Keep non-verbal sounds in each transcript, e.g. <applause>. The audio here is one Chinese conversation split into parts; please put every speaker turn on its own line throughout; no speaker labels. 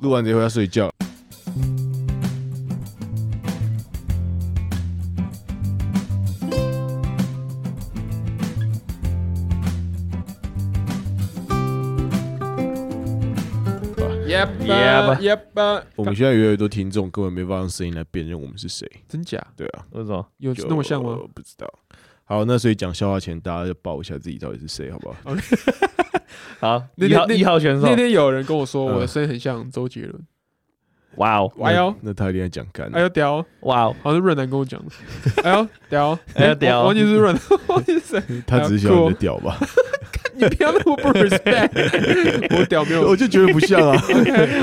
录完这回要睡
<laughs>
觉。
Yep
Yeah 吧
Yep，吧
我们现在越来越多听众根本没办法用声音来辨认我们是谁，
真假
对啊，
为什么？
有
就
那么像吗？？
不知道。好，那所以讲笑话前，大家就报一下自己到底是谁，好不
<laughs>
好？
好，
那
一号
那
一号选手
那，天有人跟我说
嗯
我的声音很像周杰伦，
哇哦
哎呦
那那他一定在讲干
哎。呦屌哦，
哇哦，
好像是润南跟我讲的，哎呦屌哦，
哎呦
我
屌哦
我忘记是润南， <laughs> 忘记是谁，
他只是
哦
想你的屌吧？
你不要那么不
<laughs>
respect，我屌没有
我就觉得不像啊。 <laughs>
，OK，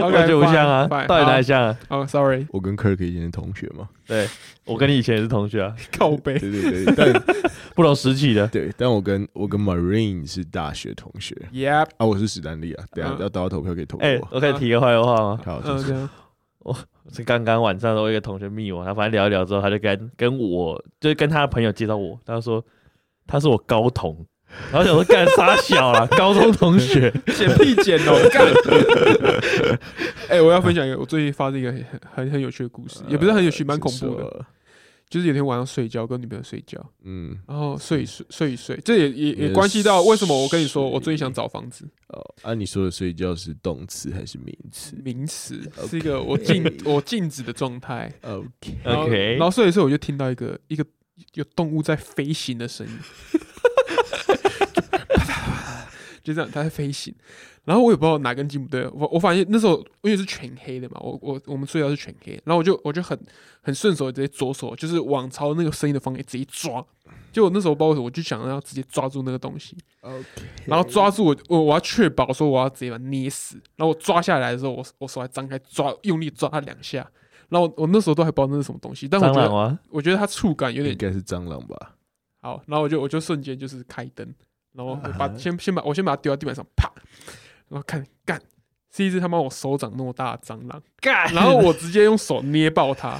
我觉得不像啊，到底哪里像啊？
哦，sorry，
我跟 Kirk 以前是同学
<laughs>
嘛，
对，我跟你以前也是同学啊，
靠背，
对对对，但
不同时期的。
对，但我跟我跟 Marine 是大学同学
Yep，
啊，我是史丹利啊，等下
嗯
要大家投票可以投
哎，
我。
我可以提个坏话吗？
好，
嗯，这样
是刚刚晚上的时候我有一个同学密我，他反正聊一聊之后，他就跟跟我就是跟他的朋友介绍我，他说他是我高同，然后想说干啥小 <laughs> 啦，高中同学，
捡屁捡哦，干！哎，我要分享一个，我最近发生一个很很很有趣的故事，也不是很有
啊
趣，蛮恐怖的。
的。
就是有天晚上睡觉，跟女朋友睡觉，
嗯，
然后睡一睡睡一睡，这也也也
也
关系到为什么我跟你说
是
我最近想找房子，
哦，按你说的睡觉是动词还是名词
名词是一个我静我静止的状态。
？OK，
然后
OK
然后睡一睡我就听到一个一个有动物在飞行
<laughs>
的声音，就这样它在飞行。然后我也不知道哪根筋不对，我我发现那时候因为是全黑的嘛，我我我们睡觉是全黑，然后我就我就很很顺手地直接左手就是往朝那个声音的方向直接抓，就我那时候不知道为什么我就想要直接抓住那个东西，然后抓住我我我要确保说我要直接把它捏死，然后我抓下来的时候我我手还张开抓用力抓它两下，然后我我那时候都还不知道那是什么东西，但我
蟑
觉
螂哦
得
吗？
我觉得它触感有点
应该是蟑螂吧？
好，然后我就我就瞬间就是开灯，然
啊
后把先先把我先把它丢到地板上，啪，然后看干是一只他妈我手掌那么大的蟑螂，
干
然后我直接用手捏
<laughs>
爆它，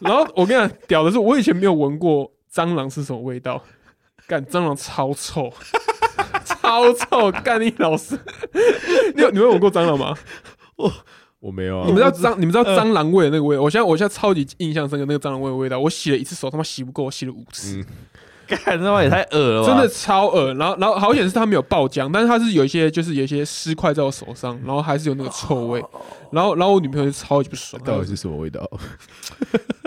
然后我跟你讲，屌的是我以前没有闻过蟑螂是什么味道，干蟑螂
<laughs>
超臭，超臭，干你老师，你有你会闻过蟑螂吗？
我没有啊
你们知道蟑你们知道蟑螂味的那个味道，我现在我现在超级印象深刻那个蟑螂味的味道，我洗了一次手他妈洗不够，我洗了五次。
嗯
干他妈也太恶了吧！
真的超恶。然后，然后好险是它没有爆浆，但是它是有一些就是有一些尸块在我手上，然后还是有那个臭味。然后，然后我女朋友就超级不爽，
哦到底是什么味道？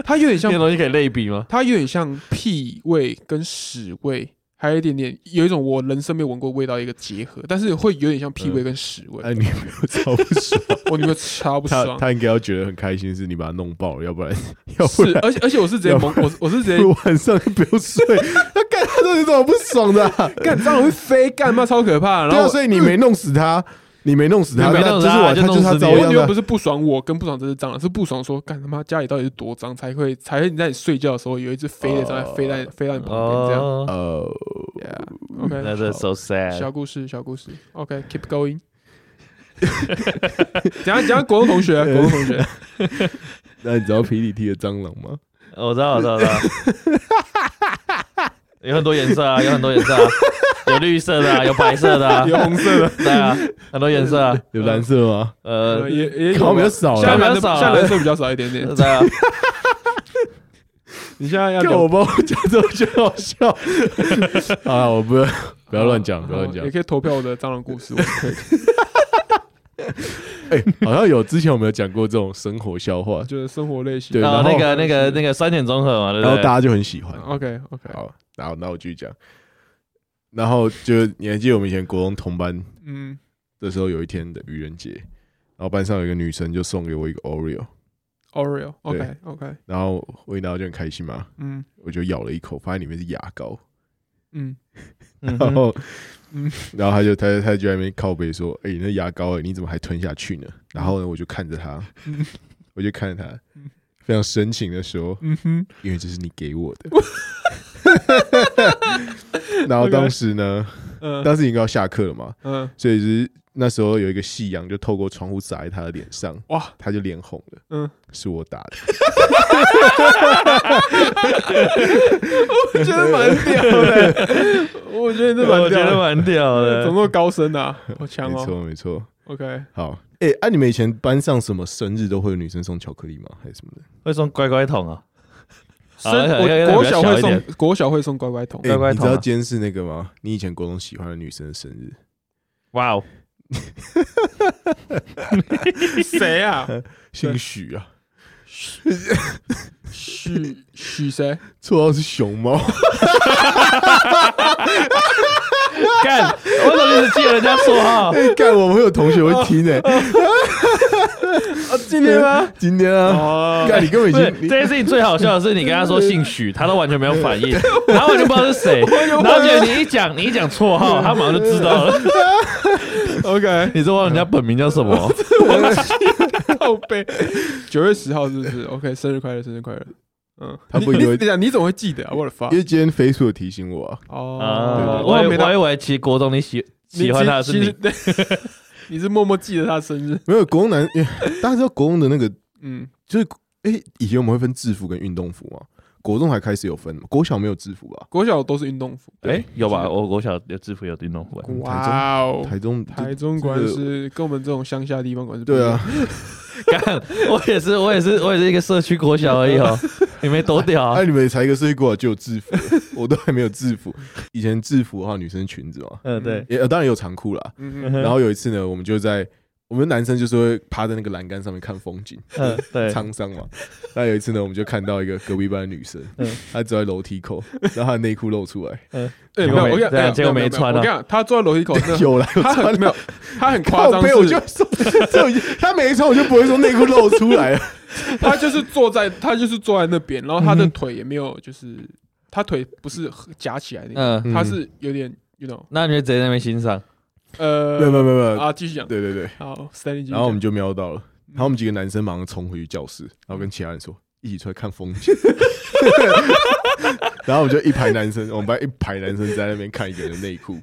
它有点
这
像
些，东西可以类比吗？
它有点像屁味跟屎味，还有一点点有一种我人生没有闻过味道的一个结合，但是会有点像屁味跟屎
<laughs>
味。
哎，你没有超不爽，
我女朋友超不
他
爽。
他应该要觉得很开心，是你把他弄爆了，要不然要不
是，哎
然
而且而且我是直接
要
蒙，我是我是直接
晚上就不用睡。他干他到底怎么不爽的啊？
干蟑螂会飞，干嘛超可怕。然
对
后
啊，
我
所以你没弄死他，你没弄死他，
你没
那
弄
就是
死他
我，他就
就
是
弄
他
死
遭
你
我
殃
女友不
的啊。
是不爽我，跟不爽这只蟑螂，是不爽说干他妈家里到底是多脏，才会才会你在你睡觉的时候有一只飞的蟑螂
哦
飞在飞在你旁边这样。
哦，
呃，
Yeah, OK，
那这
小
so sad。
故事，小故事。OK，keep、going <laughs> 讲一讲国中同学，啊国中同学，
那你知道 PPT 的蟑螂吗？
我知道，我知道，我知道。有很多颜色啊，有很多颜色啊，有绿色的啊，有白色的啊，
有红色的，
对啊，很多颜色啊，
有蓝色吗？
呃
呃，也也
好
有
比较
吧，
少
现在
了。呃
蓝的，
少啊
现在蓝色比较少一点点。
对啊，
你现在要
看
聊
我帮我讲这就好笑啊！我不不要乱讲，不要乱讲
哦也。可以投票我的蟑螂故事，我
<laughs>
可以，
哎，好像有之前我们有讲过这种生活笑话，
就是生活类型。
对
然
然
后
后
那个那个那个酸碱中和嘛，对哦
然后
不
大家
对？
就很喜欢。
OK OK，
好，然后那我继续讲。然后就你还记得我们以前国中同班
嗯，
的时候，有一天的愚人节，然后班上有一个女生就送给我一个 Oreo，
Oreo。OK
对
OK，
然后我一拿到就很开心嘛，
嗯
我就咬了一口，发现里面是牙膏，
嗯，
然
嗯哼
后，
嗯
<laughs> 然后他就他他就在那边靠背说：“哎、你那牙膏、哎，你怎么还吞下去呢？”然后呢，我就看着他，
嗯
我就看着他
嗯，
非常深情的说
嗯哼，：“
因为这是你给我
<laughs>
的。”然后当时呢，
嗯
当时已经要下课了嘛，
嗯，
所以就是那时候有一个夕阳就透过窗户洒在他的脸上，
哇，
他就脸红了。
嗯，
是我打的，
我觉得蛮屌的，我觉得这
我
蛮
觉
屌
得
的，
蛮屌
怎么那
的。
么高深啊？好强
没
哦
错没错。
！OK，
好，哎、哎、你们以前班上什么生日都会有女生送巧克力吗？还是什么的？
会送乖乖桶啊，
生
好要要要
我国小
要小
会
一
送
点
国小会送乖乖桶，
哎
乖乖
你知
桶
道
啊
今天是那个吗？你以前国中喜欢的女生的生日，
哇哦，
<laughs> 谁啊？
姓许啊，
许许谁？
绰号是熊猫。
干，我怎么一直记得人家说啊？
哎干，我们会有同学会听诶、
啊，今天吗？
今天啊，
哦，
干，你根本已
不是
经
这
你
件事情最好笑的是，你跟他说姓许，他都完全没有反应，然后我就不知道是谁，然后结果你一讲，你一讲绰号，他马上就知道了。
<laughs> OK，
你说人家本名叫什么？
靠背。九月十号是不是？OK，生日快乐，生日快乐。嗯，
他不
你
以为
你等一下你怎么会记得啊？我的发
因为今天 Facebook 提醒我啊，
啊，
哦，
我
也
以为我以为其实国中你喜喜欢他的是
其实
你，
对， <laughs> 你是默默记得他生日。
没有国中男，因为大家知道国中的那个
嗯，
就是，哎、以前我们会分制服跟运动服嘛，国中还开始有分，国小没有制服吧？
国小都是运动服。
哎，有吧？我我小有制服有运动服，
哇哦，
台中
台中果然是跟我们这种乡下地方果然是不一
对
样
啊，，
<laughs> 干，我也是，我也是，我也是一个社区国小而
<laughs>
已哦，你没多屌
哎、
啊？
你们才一个岁过来就有制服了，我都还没有制服。以前制服的话，女生裙子嘛，
嗯，对，
也、呃、当然有长裤啦。
嗯
<laughs>
嗯
嗯
然后有一次呢，我们就在我们男生就是会趴在那个栏杆上面看风景，
嗯，对，
沧桑嘛。那有一次呢，我们就看到一个隔壁班的女生
嗯，
她走在楼梯口， <laughs> 然后她的内裤露出来，
哎，
结
没
果
有，
没
我跟你讲
对啊
哎
结果
没有
没穿啊
我跟你讲，他坐在楼梯口，真
<laughs>
的
有啦，有
他
穿
很没有，他很夸
靠 <laughs>
张，
背，
是
我就说，这我就她没穿，我就不会说内裤露出来了。啊
他就是坐在他就是坐在那边，然后他
嗯
的腿也没有，就是他腿不是夹起来的，
嗯，
嗯
他是有点，you know，
那你就直接在那边欣
<laughs>
赏，
呃，
没有没有没有没有，
啊，嗯继续讲，
对对对。
好，Stanley 继续
然后我
讲
们，就瞄到了，然后我们几个男生马上冲回去教
嗯
室，然后跟其他人说一起出来看风
<laughs>
景。 <laughs> 然后我们就一排男生，我们班一排男生在那边看一个人的内
<laughs>
裤，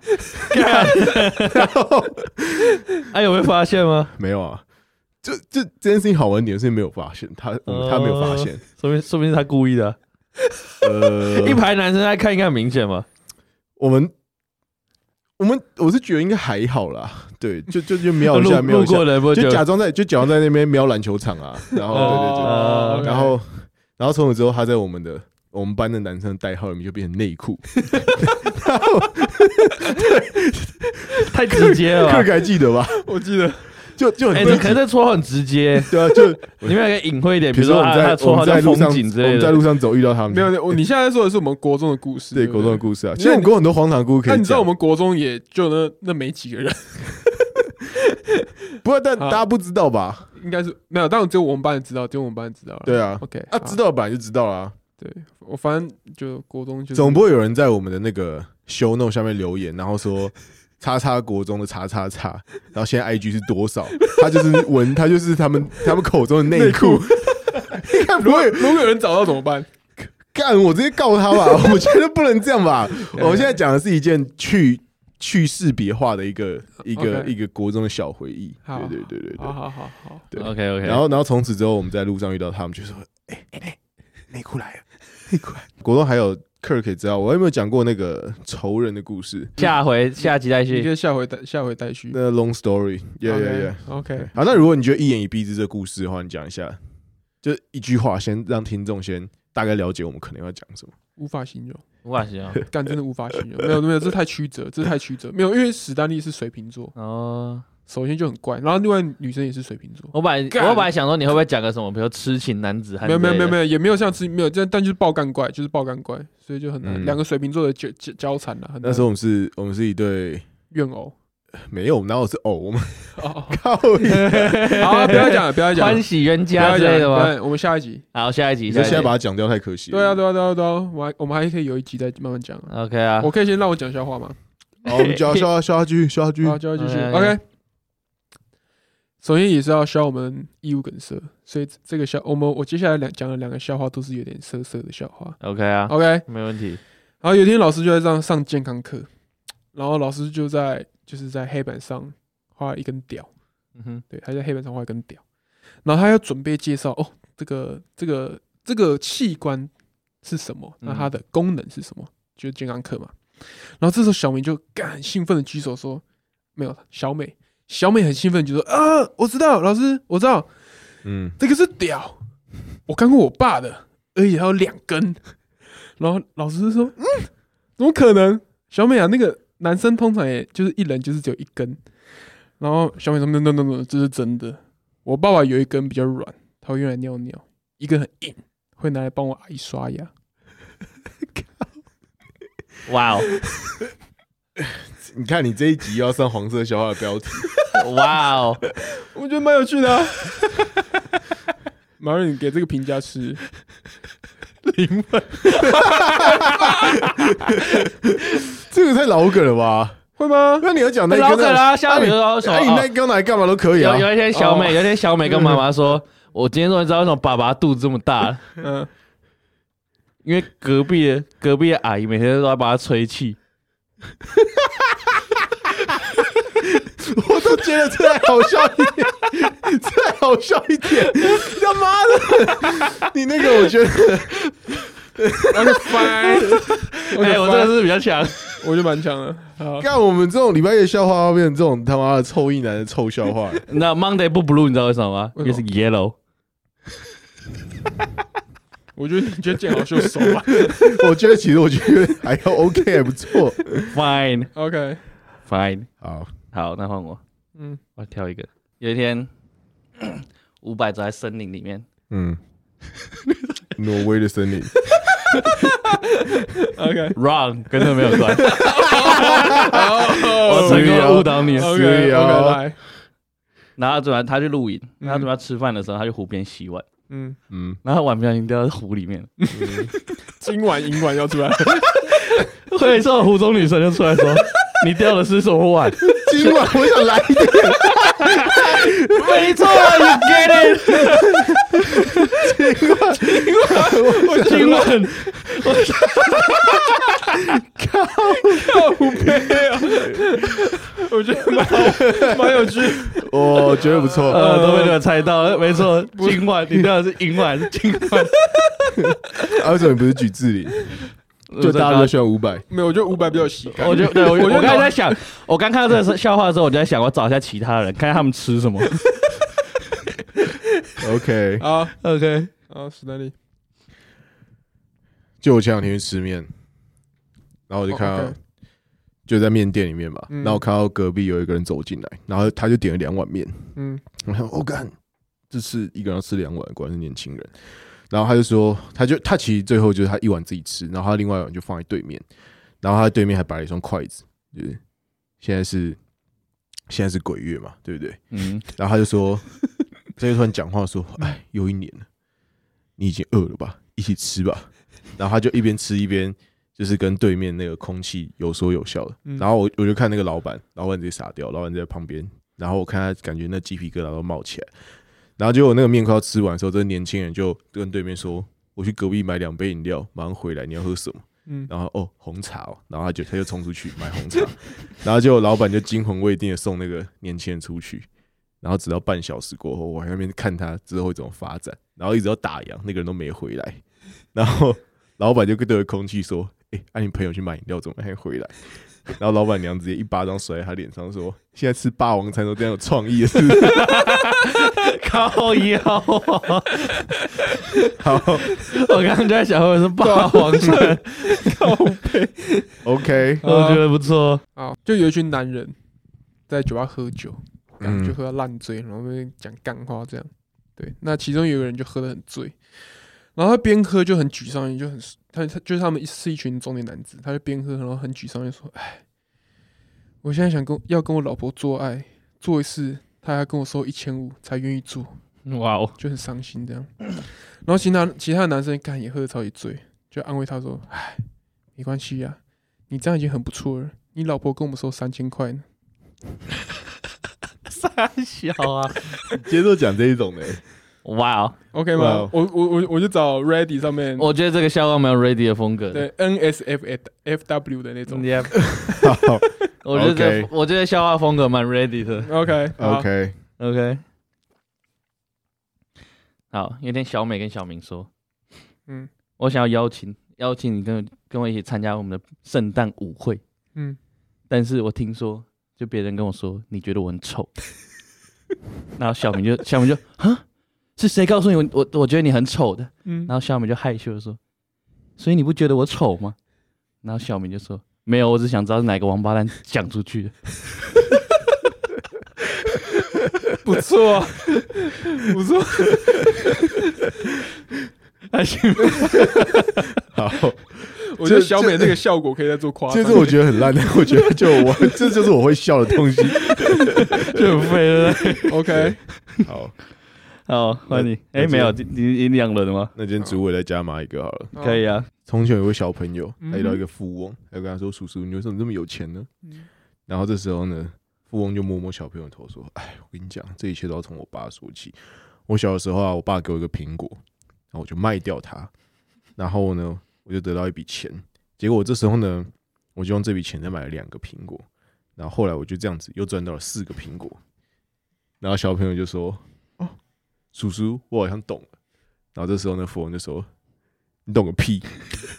<laughs>
哎，有没有发现吗？
没有啊，就就这件事情好玩点是没有发现，他我们他没
呃
有发现，
<laughs> 说明说明是他故意的啊、
呃，
一排男生在看应该很明显嘛。
我们我们我是觉得应该还好啦，对，就就就瞄一
路
下瞄
路
一下
过，的人不会觉
就
得
假装在就假装在那边瞄篮球场啊，然后对对对，
哦
对
然后，然后从此之后，他在我们的我们班的男生的代号里面就变成内裤。
太直接了
<laughs> 克
吧。
还记得吧？
我记得
就就
啊哎、
很
你
低
可
级
能这绰号很直接，
对啊，就
你们可以隐晦一点，
比
比
如
如
说我
说
们
他
在
他
我
绰号
们
叫
在路上
风
我
景之
们
类
在
的。
路上走遇到他们，
没有没有，你现在说的是我们国中的故事，
对
不
国中的故事啊。其实
那
我
你
们国中很多荒唐故事可以
那
讲。
你知道我们国中也就那那没几个人，
不过但
啊
大家不知道吧？
应该是没有，当然只有我们班人知道，只有我们班人知道了。
对啊，
，OK，
啊
好
知道本来就知道啦，
对我反正就国中就是
总不会有人在我们的那个 show note 下面留言，然后
<laughs>
说。叉叉国中的叉叉叉，然后现在 IG 是多少？他就是文， <laughs> 他就是他们他们口中的内裤。 <laughs> 你看，不会
<laughs> 如果有人找到怎么办？
干，我直接告他吧！
<laughs>
我觉得不能这样吧。我们现在讲的是一件去去识别化的一个一个
OK
一个国中的小回忆。
好
对对对对
好
对。
好好好，
对
OK OK，
然后然后从此之后，我们在路上遇到他们，就说：“哎哎，内裤
<laughs>
来了，内裤来了。”国中还有 Kirk 也知道，我有没有讲过那个仇人的故事？
下回下集再
你可
续。
以下回带下回带去。
那 long story，yeah yeah yeah。
OK，
好，那如果你觉得一言以蔽之这故事的话，你讲一下，就一句话，先让听众先大概了解我们可能要讲什么。
无法形容，
无法形容。
干真的无法形容。没有没有，这太曲折，这太曲折。没有，因为史丹利是水瓶座，
哦，
首先就很怪，然后另外女生也是水瓶座。
我本来
干
我本来想说你会不会讲个什么，比如痴情男子汉
没
之
有没
类的。
有没有没有，也没有像吃没有，但但就是爆干怪，就是爆干怪，所以就很难。
嗯
两个水瓶座的交交交缠了，很难
那时候我们是，我们是一对
怨偶。 <laughs>
没有，哪有是偶，我们
哦，
靠
好，啊不要讲了，不要讲
欢
了，
喜冤
不
家
要
之
讲
类的
了。
吗？
对我们下一集。
好，下一集
<laughs>
你
下
就
一集
现在把它讲掉太可惜了。
对啊，对啊，对啊，对啊，我还我们还可以有一集再慢慢讲啊。
OK 啊
我。可以先让我讲笑话吗？
好，我们就要消消下去，消下
<laughs>
嗯
去。
好，就要继续。
OK，OK
OK。首先也是要消我们义务梗塞，所以这个笑我们我接下来两讲的两个笑话都是有点涩涩的笑话。
OK 啊，
OK，然
没问题。
后有一天老师就在上上健康课，然后老师就在就是在黑板上画一根屌，
嗯哼，
对，他在黑板上画一根屌，然后他要准备介绍哦，这个这个这个器官是什么，那它的功能是什么，就是健康课嘛。然后这时候小明就干很兴奋的举手说，没有，小美，小美很兴奋，就说：“啊，我知道，老师，我知道
嗯，
这个是屌，我看过我爸的，而且还有两根。”然后老师就说：“嗯，怎么可能？小美啊，那个男生通常也就是一人就是只有一根。”然后小美说：“no no no no，这是真的。我爸爸有一根比较软，他会用来尿尿；一根很硬，会拿来帮我阿姨刷牙。”
哇哦，
你看你这一集要上黄色笑话的标题， <laughs>
哇哦，
我觉得蛮有趣的、啊。 <laughs> 马瑞，你给这个评价是
零分，
这个太老梗了吧？
会吗？
那你要讲那
很
个啊哎
老梗啦，下面有什
那你那
么哦
你那？根拿来干嘛都可以啊
啊有。有一天小美，有一天小美跟妈妈说：“我今天终于知道为什么爸爸肚子这么大了， <laughs>
嗯，
因为隔壁的隔壁的阿姨每天都要帮他吹气。
我都觉得这还好笑一点，这还好笑一点。他妈的， <laughs> 你那个我觉得
那就 fine。”
哎，我真的
是，
是比较强，
我就蛮强的。好，
干我们这种礼拜一的笑话，要变成这种他妈的臭一男的臭笑话。
你知道 Monday 不 blue，你知道为什么吗？因为是 yellow。
我觉得你觉得见好就收
<laughs>
吧。
我觉得其实我觉得还要 OK，还不错。
Fine
OK，
fine，
好，
好，那换我，
嗯，
我挑一个。有一天，伍佰走在森林里面，
嗯，挪威的森林，
OK，
wrong，跟这没有 <laughs> 关。 <laughs> 我
哦
成功地误导你了。啊
，OK，OK，来，
然后他准备他去露营，然后准备吃饭的时候，他去湖边洗碗，
嗯，
嗯，
然后碗不小心掉到湖里面，
今晚银晚要出来， <laughs>
所以说湖中女神就出来 <laughs> 说：“你掉的是什么碗
今晚我想来一点，？”
没错，you get
我
it，今晚
靠背啊，我觉得蛮好蛮有趣。
我哦觉得不错。
呃都被你们猜到了，没错，今晚你掉的是银 <laughs> 碗，今晚
阿总，你不是举志玲，
呃
就大家都喜欢五百。
没有，我觉得五百比较有喜感。
我就对我我
觉
刚
得
才在想，我刚看到这个笑话的时候，我就在想，我找一下其他人，看看他们吃什么。
OK，
啊
OK，
啊，史丹利，
就我前两天去吃面，然后我就看
哦
到
，OK
就在面店里面吧，
嗯
然后我看到隔壁有一个人走进来，然后他就点了两碗面，
嗯，
我想我干，这次一个人要吃两碗，果然是年轻人。然后他就说，他就他其实最后就是他一碗自己吃，然后他另外一碗就放在对面，然后他对面还摆了一双筷子，就是现在是现在是鬼月嘛，对不对？
嗯，
然后他就说， <laughs> 他就突然讲话说：“哎，又一年了，你已经饿了吧？一起吃吧。”然后他就一边吃一边就是跟对面那个空气有说有笑的。
嗯
然后我我就看那个老板，老板直接傻掉，老板在旁边，然后我看他感觉那鸡皮疙瘩都冒起来。然后结果那个面快要吃完的时候，这个年轻人就跟对面说：“我去隔壁买两杯饮料，马上回来，你要喝什么？”
嗯
然后哦，红茶哦，然后他就他就冲出去买红茶，然后结果老板就惊魂未定的送那个年轻人出去，然后直到半小时过后，我还在那边看他之后会怎么发展，然后一直到打烊，那个人都没回来，然后老板就对着空气说：“哎、啊、你朋友去买饮料，怎么还回来？”然后老板娘直接一巴掌甩在他脸上，说：“现在吃霸王餐都这样有创意了，是不是
<laughs>
<laughs>
靠腰啊。
好
我刚刚就在想，我是霸王 <laughs> 餐，
？OK，
啊我觉得不错。
啊，就有一群男人在酒吧喝酒，
嗯
就喝到烂醉，然后在那边讲干话这样。对，那其中有一个人就喝得很醉，然后他边喝就很沮丧，就很他他就是他们是一群中年男子，他就边喝然后很沮丧，就说：“哎，我现在想跟要跟我老婆做爱，做一次她要跟我收一千五才愿意做，
哇哦，
就很伤心这样。”然后其他其他的男生干也喝得超级醉，就安慰他说：“哎，没关系呀、你这样已经很不错了，你老婆跟我们收三千块呢。”
傻笑啊！
嗯接着讲这一种的、 <laughs>
哇哦，
OK
哇
吗
哦？
我我我我就找 Ready 上面
我觉得这个笑话蛮有 ready 的风格的。
对 NSF F W 的那种。
Yep，
好
我觉得这
OK
我觉得笑话风格蛮 ready 的。
OK 好
OK，
OK，好，有一天小美跟小明说，
嗯
我想要邀请邀请你跟跟我一起参加我们的圣诞舞会，
嗯
但是我听说
就别人跟我说你觉得我很丑， <laughs> 然后小明就小明就啊，是谁告诉你我我我觉得你很丑的？
嗯
然后小明就害羞的说，所以你不觉得我丑吗？然后小明就说没有，我只想知道是哪个王八蛋讲出去的。
<laughs>
<laughs>
不错， <laughs> 不错，
他心
好，
我觉
这
得小美那个效果可以再做夸张
这
一点。
是我觉得很
<laughs>
烂的，我觉得就我这就是我会笑的东西。
就很废了。
OK，
好，
好，换你。
那
哎、没有，你你你两轮了吗？
那今天主委再加码一个好了。
哦
可
<laughs>
以啊，
从前有位小朋友，
嗯
他遇到一个富翁，他就跟他说：“叔叔，你为什么这么有钱呢
嗯？”
然后这时候呢，富翁就摸摸小朋友的头说：“哎，我跟你讲，这一切都要从我爸说起。我小的时候啊，我爸给我一个苹果，然后我就卖掉它，然后呢，我就得到一笔钱。结果我这时候呢，我就用这笔钱再买了两个苹果，然后后来我就这样子又赚到了四个苹果。然后小朋友就说：‘哦，叔叔，我好像懂了。’然后这时候呢，富翁就说：‘你懂个屁！’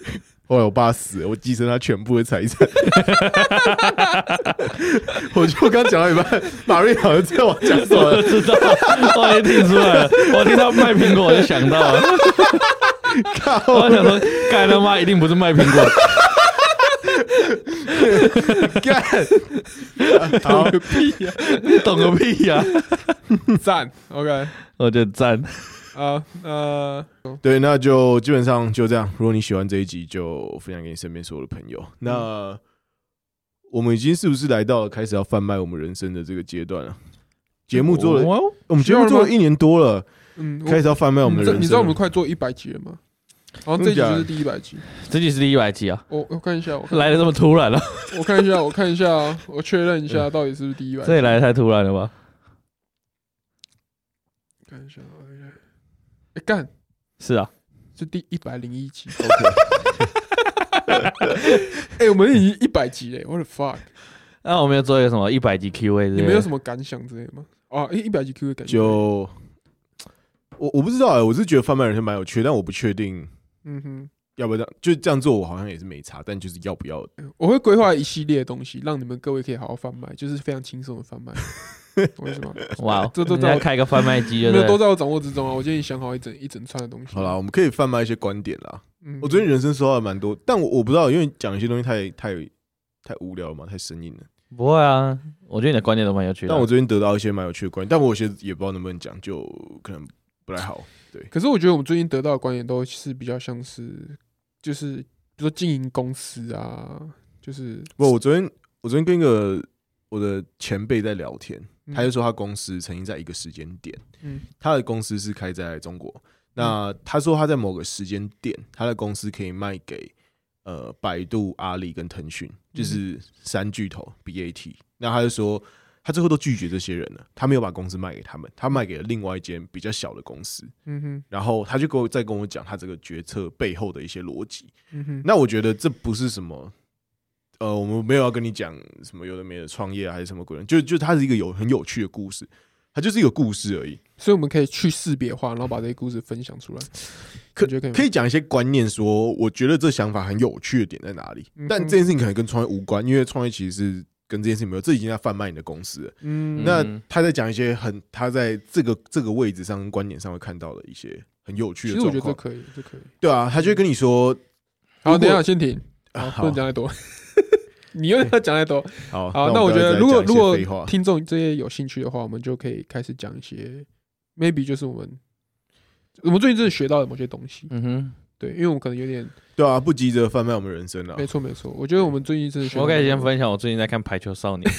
<laughs> 后来我爸死了，我继承他全部的财产。 <laughs> 我就刚讲到一半，马瑞好像在我讲什么
我知道，我也听出来了，我听到卖苹果我就想到了，我想说，干他妈一定不是卖苹果，
干， <laughs> 好
个屁呀，
懂个屁呀、
赞，OK，
我就 <laughs> 赞，
啊，呃，
对，那就基本上就这样。如果你喜欢这一集，就分享给你身边所有的朋友。那
嗯
我们已经是不是来到了开始要贩卖我们人生的这个阶段了？节目做了，
我
我们节目做了一年多了，
嗯，我
开始要贩卖我们的
你知
人生了。
你知道我们快做一百集了吗？然后这一集
真的假
就
的
是第一百集，
这集是第一百集啊，
我我看一下，我看
来的这么突然了、啊，
我看一下，我看一下啊，我确认一下
嗯
到底是不是第一百集
这。也来的太突然了吧？
看一下，我看一下，哎干，
是啊，
是第一百零一集。 <laughs> 哎，我们已经一百集嘞，我的 fuck！
那我们要做一个什么一百集 Q&A 之
你
类
们有
的
什，么感想之类的吗？啊，一一百集 Q 的感觉，
就我我不知道哎、我是觉得贩卖人生蛮有趣的，但我不确定
嗯哼。
要不要这样，就这样做，我好像也是没差，但就是要不要
我会规划一系列的东西，让你们各位可以好好贩卖，就是非常轻松的贩 <laughs> 卖。懂我意思吗？
哇哦，
这都
人
在
家
我
开个贩卖机，对
没有都
不对？
在我掌握之中啊！我建议想好一整一整串的东西。
好啦，，我们可以贩卖一些观点啦。
嗯
我最近人生收到了蛮多，但我我不知道，因为讲一些东西太太太无聊了嘛，太生硬了。
不会啊，我觉得你的观点都蛮有趣的啊。
但我最近得到一些蛮有趣的观点，但我有些也不知道能不能讲，就可能不太好。
可是我觉得我们最近得到的观点都是比较像是，就是比如说经营公司啊，就是
不，我昨天我昨天跟一个我的前辈在聊天，
嗯
他就说他公司曾经在一个时间点，
嗯
他的公司是开在中国，那他说他在某个时间点，他的公司可以卖给呃百度、阿里跟腾讯，就是三巨头 BAT。那他就说他最后都拒绝这些人了，他没有把公司卖给他们，他卖给了另外一间比较小的公司。
嗯哼
然后他就跟我再跟我讲他这个决策背后的一些逻辑。
嗯哼，
那我觉得这不是什么，呃，我们没有要跟你讲什么有的没的创业啊还是什么鬼的，就就它是一个有很有趣的故事，它就是一个故事而已。
所以我们可以去识别化，然后把这些故事分享出来。
可
你觉得可以吗
可以讲一些观念说，我觉得这想法很有趣的点在哪里。
嗯哼
但这件事情可能跟创业无关，因为创业其实是跟这件事情没有，这已经在贩卖你的公司了。
嗯，
那他在讲一些很他在这个这个位置上跟观点上会看到的一些很有趣
其
的
实我
状
觉
况。
得这可以，这可以。
对啊，他就会跟你说，如
好，
果
等一下先停，
啊
不能讲太多。你又要讲太多，
好
好，
那
那我觉得
再
如
讲
果
一些
如果
废话
听众这些有兴趣的话，我们就可以开始讲一些，maybe 就是我们我们最近真的学到的某些东西。
嗯哼，
对，因为我们可能有点，
对啊，不急着贩卖我们人生啊了
没。错没错，我觉得我们最近真的学到
我
很多。
可以先分享我最近在看《排球少年》，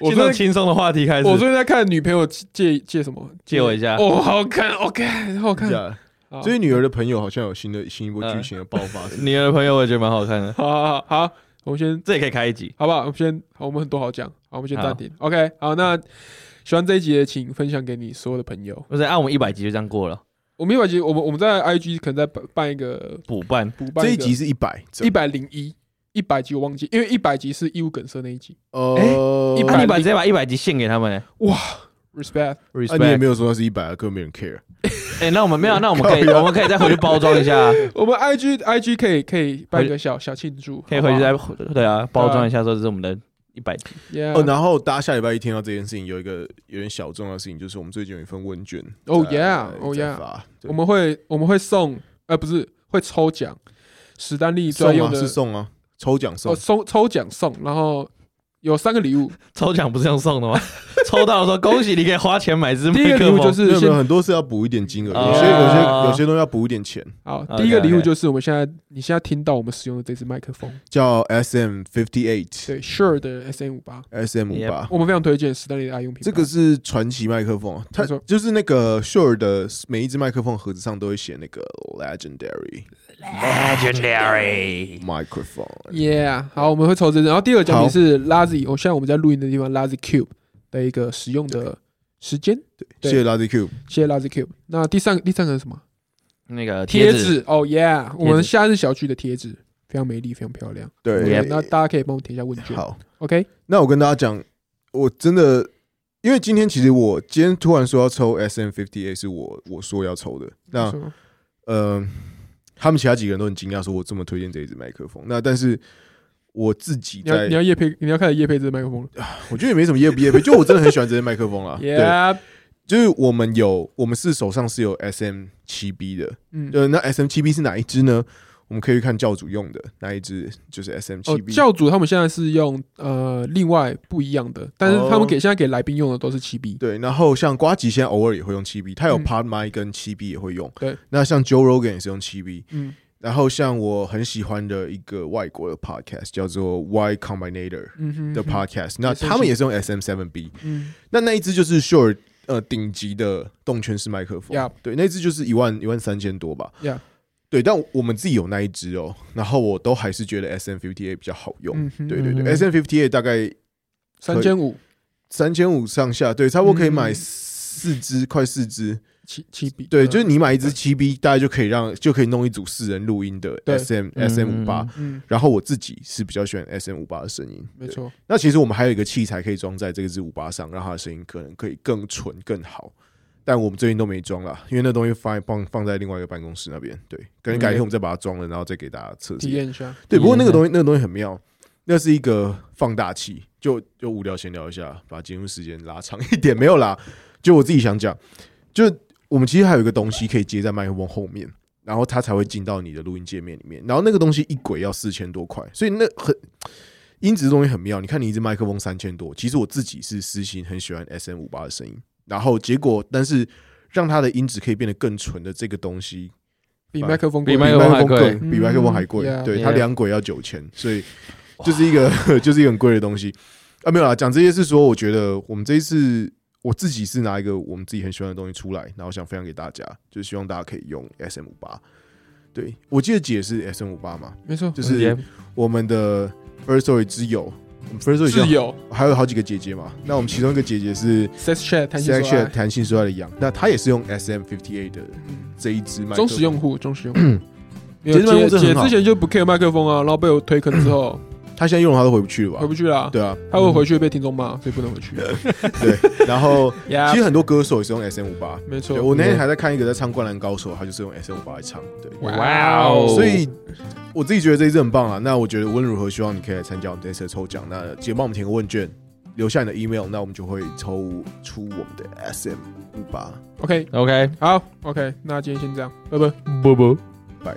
我
先
最
从
近
轻松的话题开始
我。最近在看女朋友借借什么？
借我一下
哦，好好看，好看，好好看
这。样
好
啊
嗯
所以女儿的朋友好像有新的新一波剧情的爆发，
<laughs>
你的朋友我也觉得蛮好看的，
好好好好，我们先
这也可以开一集。
好不好？我们先，好，我们很多好讲，好，我们先
好
暂停。OK，好，那喜欢这一集的，请分享给你所有的朋友。
不是，按、啊我们一百集就这样过了，
我们一百集，我们我们在 IG 可能在办办一个
补办。
补办
这一集是一百，
一百零一，一百集我忘记，因为一百集是义务梗塞那一集。
呃，
哎一
啊、
百
你把直接把一百集献给他们、 <laughs> 欸。
Respect，嗯
啊，你也
respect
没。有说它是一百，根本没人 care。
哎、那我们没有，那我们可以，
靠腰
我们可以再回去包装一下、 <laughs> 啊，
我们 IG IG 可以可以办一个小小庆祝，
可以回去啊
好不好
再对啊，包装一下，说这是我们的一百集，
Yeah.
哦，然后大家下礼拜一听到这件事情，有一个有点小重要的事情，就是我们最近有一份问卷。
Oh
在
yeah, oh
在
yeah
发对
我们会我们会送，呃，不是会抽奖，史丹利专
送
用
啊，
的
是送啊，抽奖送
哦，。送抽奖送，然后有三个礼物，
抽奖不是这样送的吗？ <laughs> 抽到的时候恭喜你可以花钱买支
<laughs> 第一个礼
麦克
物就
风。
没
是
有没
先啊
有，很多是要补一点金额，有
哦
些有些有些东西要补一点钱，
好，
OK，
第一个礼物
OK
就是我们现在你现在听到我们使用的这支麦克风，
叫 S M fifty eight
对 Sure 的 SM 五八，
S M 五八，
我们非常推荐史丹利的爱用品
这
牌，
个是传奇麦克风，啊它
没错
就是那个 Shure 的每一只麦克风盒子上都会写那个 Legendary
Legendary，
microphone。
Yeah，好，我们会抽这支，然后第二个奖品是 Lazy，我、现在我们在录音的地方 Lazy Cube 的一个使用的时间，
谢
对
谢 Lazy Cube，
谢谢 Lazy Cube。那第三个第三个是什么？
那个
贴
纸，
纸哦，Yeah，我们夏日小区的贴纸非常美丽，非常漂亮。
对
Yep
那大家可以帮我填一下问卷
好，
，OK？
那我跟大家讲，我真的，因为今天其实我今天突然说要抽 S M fifty A，是我我说要抽的。那
说
呃，他们其他几个人都很惊讶，说我这么推荐这一支麦克风。那但是我自己
你要
在
你，要叶配，你要开始叶配这支麦克风了。
我觉得也没什么业不业配，就我真的很喜欢这支麦克风啊。对，
<laughs> Yeah，
就是我们有，我们是手上是有 S M 七 B 的，
嗯，
呃，那 S M 七 B 是哪一支呢？我们可以去看教主用的那一支，就是 S M
哦
七，B。
教主他们现在是用呃另外不一样的，但是他
哦
们给现在给来宾用的都是七 B。
对，然后像瓜吉现在偶尔也会用七 B，他有
嗯
Pod m i 跟七 B 也会用。
对，
那像 Joe Rogan 也是用七 B，
嗯
然后像我很喜欢的一个外国的 podcast 叫做 Y Combinator
嗯哼
的
嗯哼
podcast，、那
也是
他们也是用 SM 7 B，
嗯，
那那一支就是 Sure 呃顶级的动圈式麦克风
Yup
对，那一支就是一万一万三千多吧
Yup
对，但我们自己有那一支哦，然后我都还是觉得 SM 5 8比较好用，
嗯哼
对对
嗯
对、
哼
s m 5 8大概
三千五
三千五上下，对，差不多可以买
嗯
四支，快四支。
七七 B。
对，
嗯
就是你买一支七 B，大概就可以让就可以弄一组四人录音的
对
SM
嗯
SM 五八。
嗯，
然后我自己是比较喜欢 SM 五八的声音，
没
对。
错。
那其实我们还有一个器材可以装在这个支五八上，让它的声音可能可以更纯更好。但我们最近都没装啦，因为那东西放放放在另外一个办公室那边。对，可能改天我们再把它装了，然后再给大家测
体
试。
验一下。
对，不过那个东西那个东西很妙，那是一个放大器。就就无聊闲聊一下，把节目时间拉长一点，没有啦。就我自己想讲，就我们其实还有一个东西可以接在麦克风后面，然后它才会进到你的录音界面里面。然后那个东西一轨要四千多块，所以那很音质的东西很妙。你看你一支麦克风三千多，其实我自己是私心很喜欢 S M 五八的声音，然后结果但是让它的音质可以变得更纯的这个东西，
比麦克风
比
贵
麦克
比
风还贵
更比麦克风还贵，
嗯
对
yeah
它两轨要九千，所以就是一个 <laughs> 就是一个很贵的东西啊。没有啦，讲这些是说，我觉得我们这一次我自己是拿一个我们自己很喜欢的东西出来，然后想分享给大家，就是希望大家可以用 S M 五八。对我记得姐是 S M 五八嘛，
没错，
就是我们的 First Story 之友我们，First Story
自
之友
由
还有好几个姐姐嘛。那我们其中一个姐姐是
sex chat 弹
s
性
e x u
说
a
爱，
弹性说爱的羊，那她也是用 S M fifty eight 的
嗯
这一支麦克
忠实
风
用户，忠实用
<clears throat>
户。没有
其实麦克风
姐
真的
姐
很好
之前就不 care 麦克风啊，
<clears throat>
然后被我推坑之后
她现在用了她都回不去了吧？
回不去了，
对啊，
她会回去被听众骂，所以不能
<laughs>
回去。
对， <laughs> 然后
呀
其，实很多歌手也是用 S M 五八。
没错
对，我那天还在看一个在唱《灌篮高手》，他就是用 S M 五八来唱。对，
哇哦，
所以我自己觉得这一支很棒啊。那我觉得无论如何，希望你可以来参加我们这次的抽奖。那姐帮我们填个问卷，留下你的 email，那我们就会抽出我们的 S M 五八。
OK，
OK，
好，OK，那今天先这样，拜拜。
不不。
拜。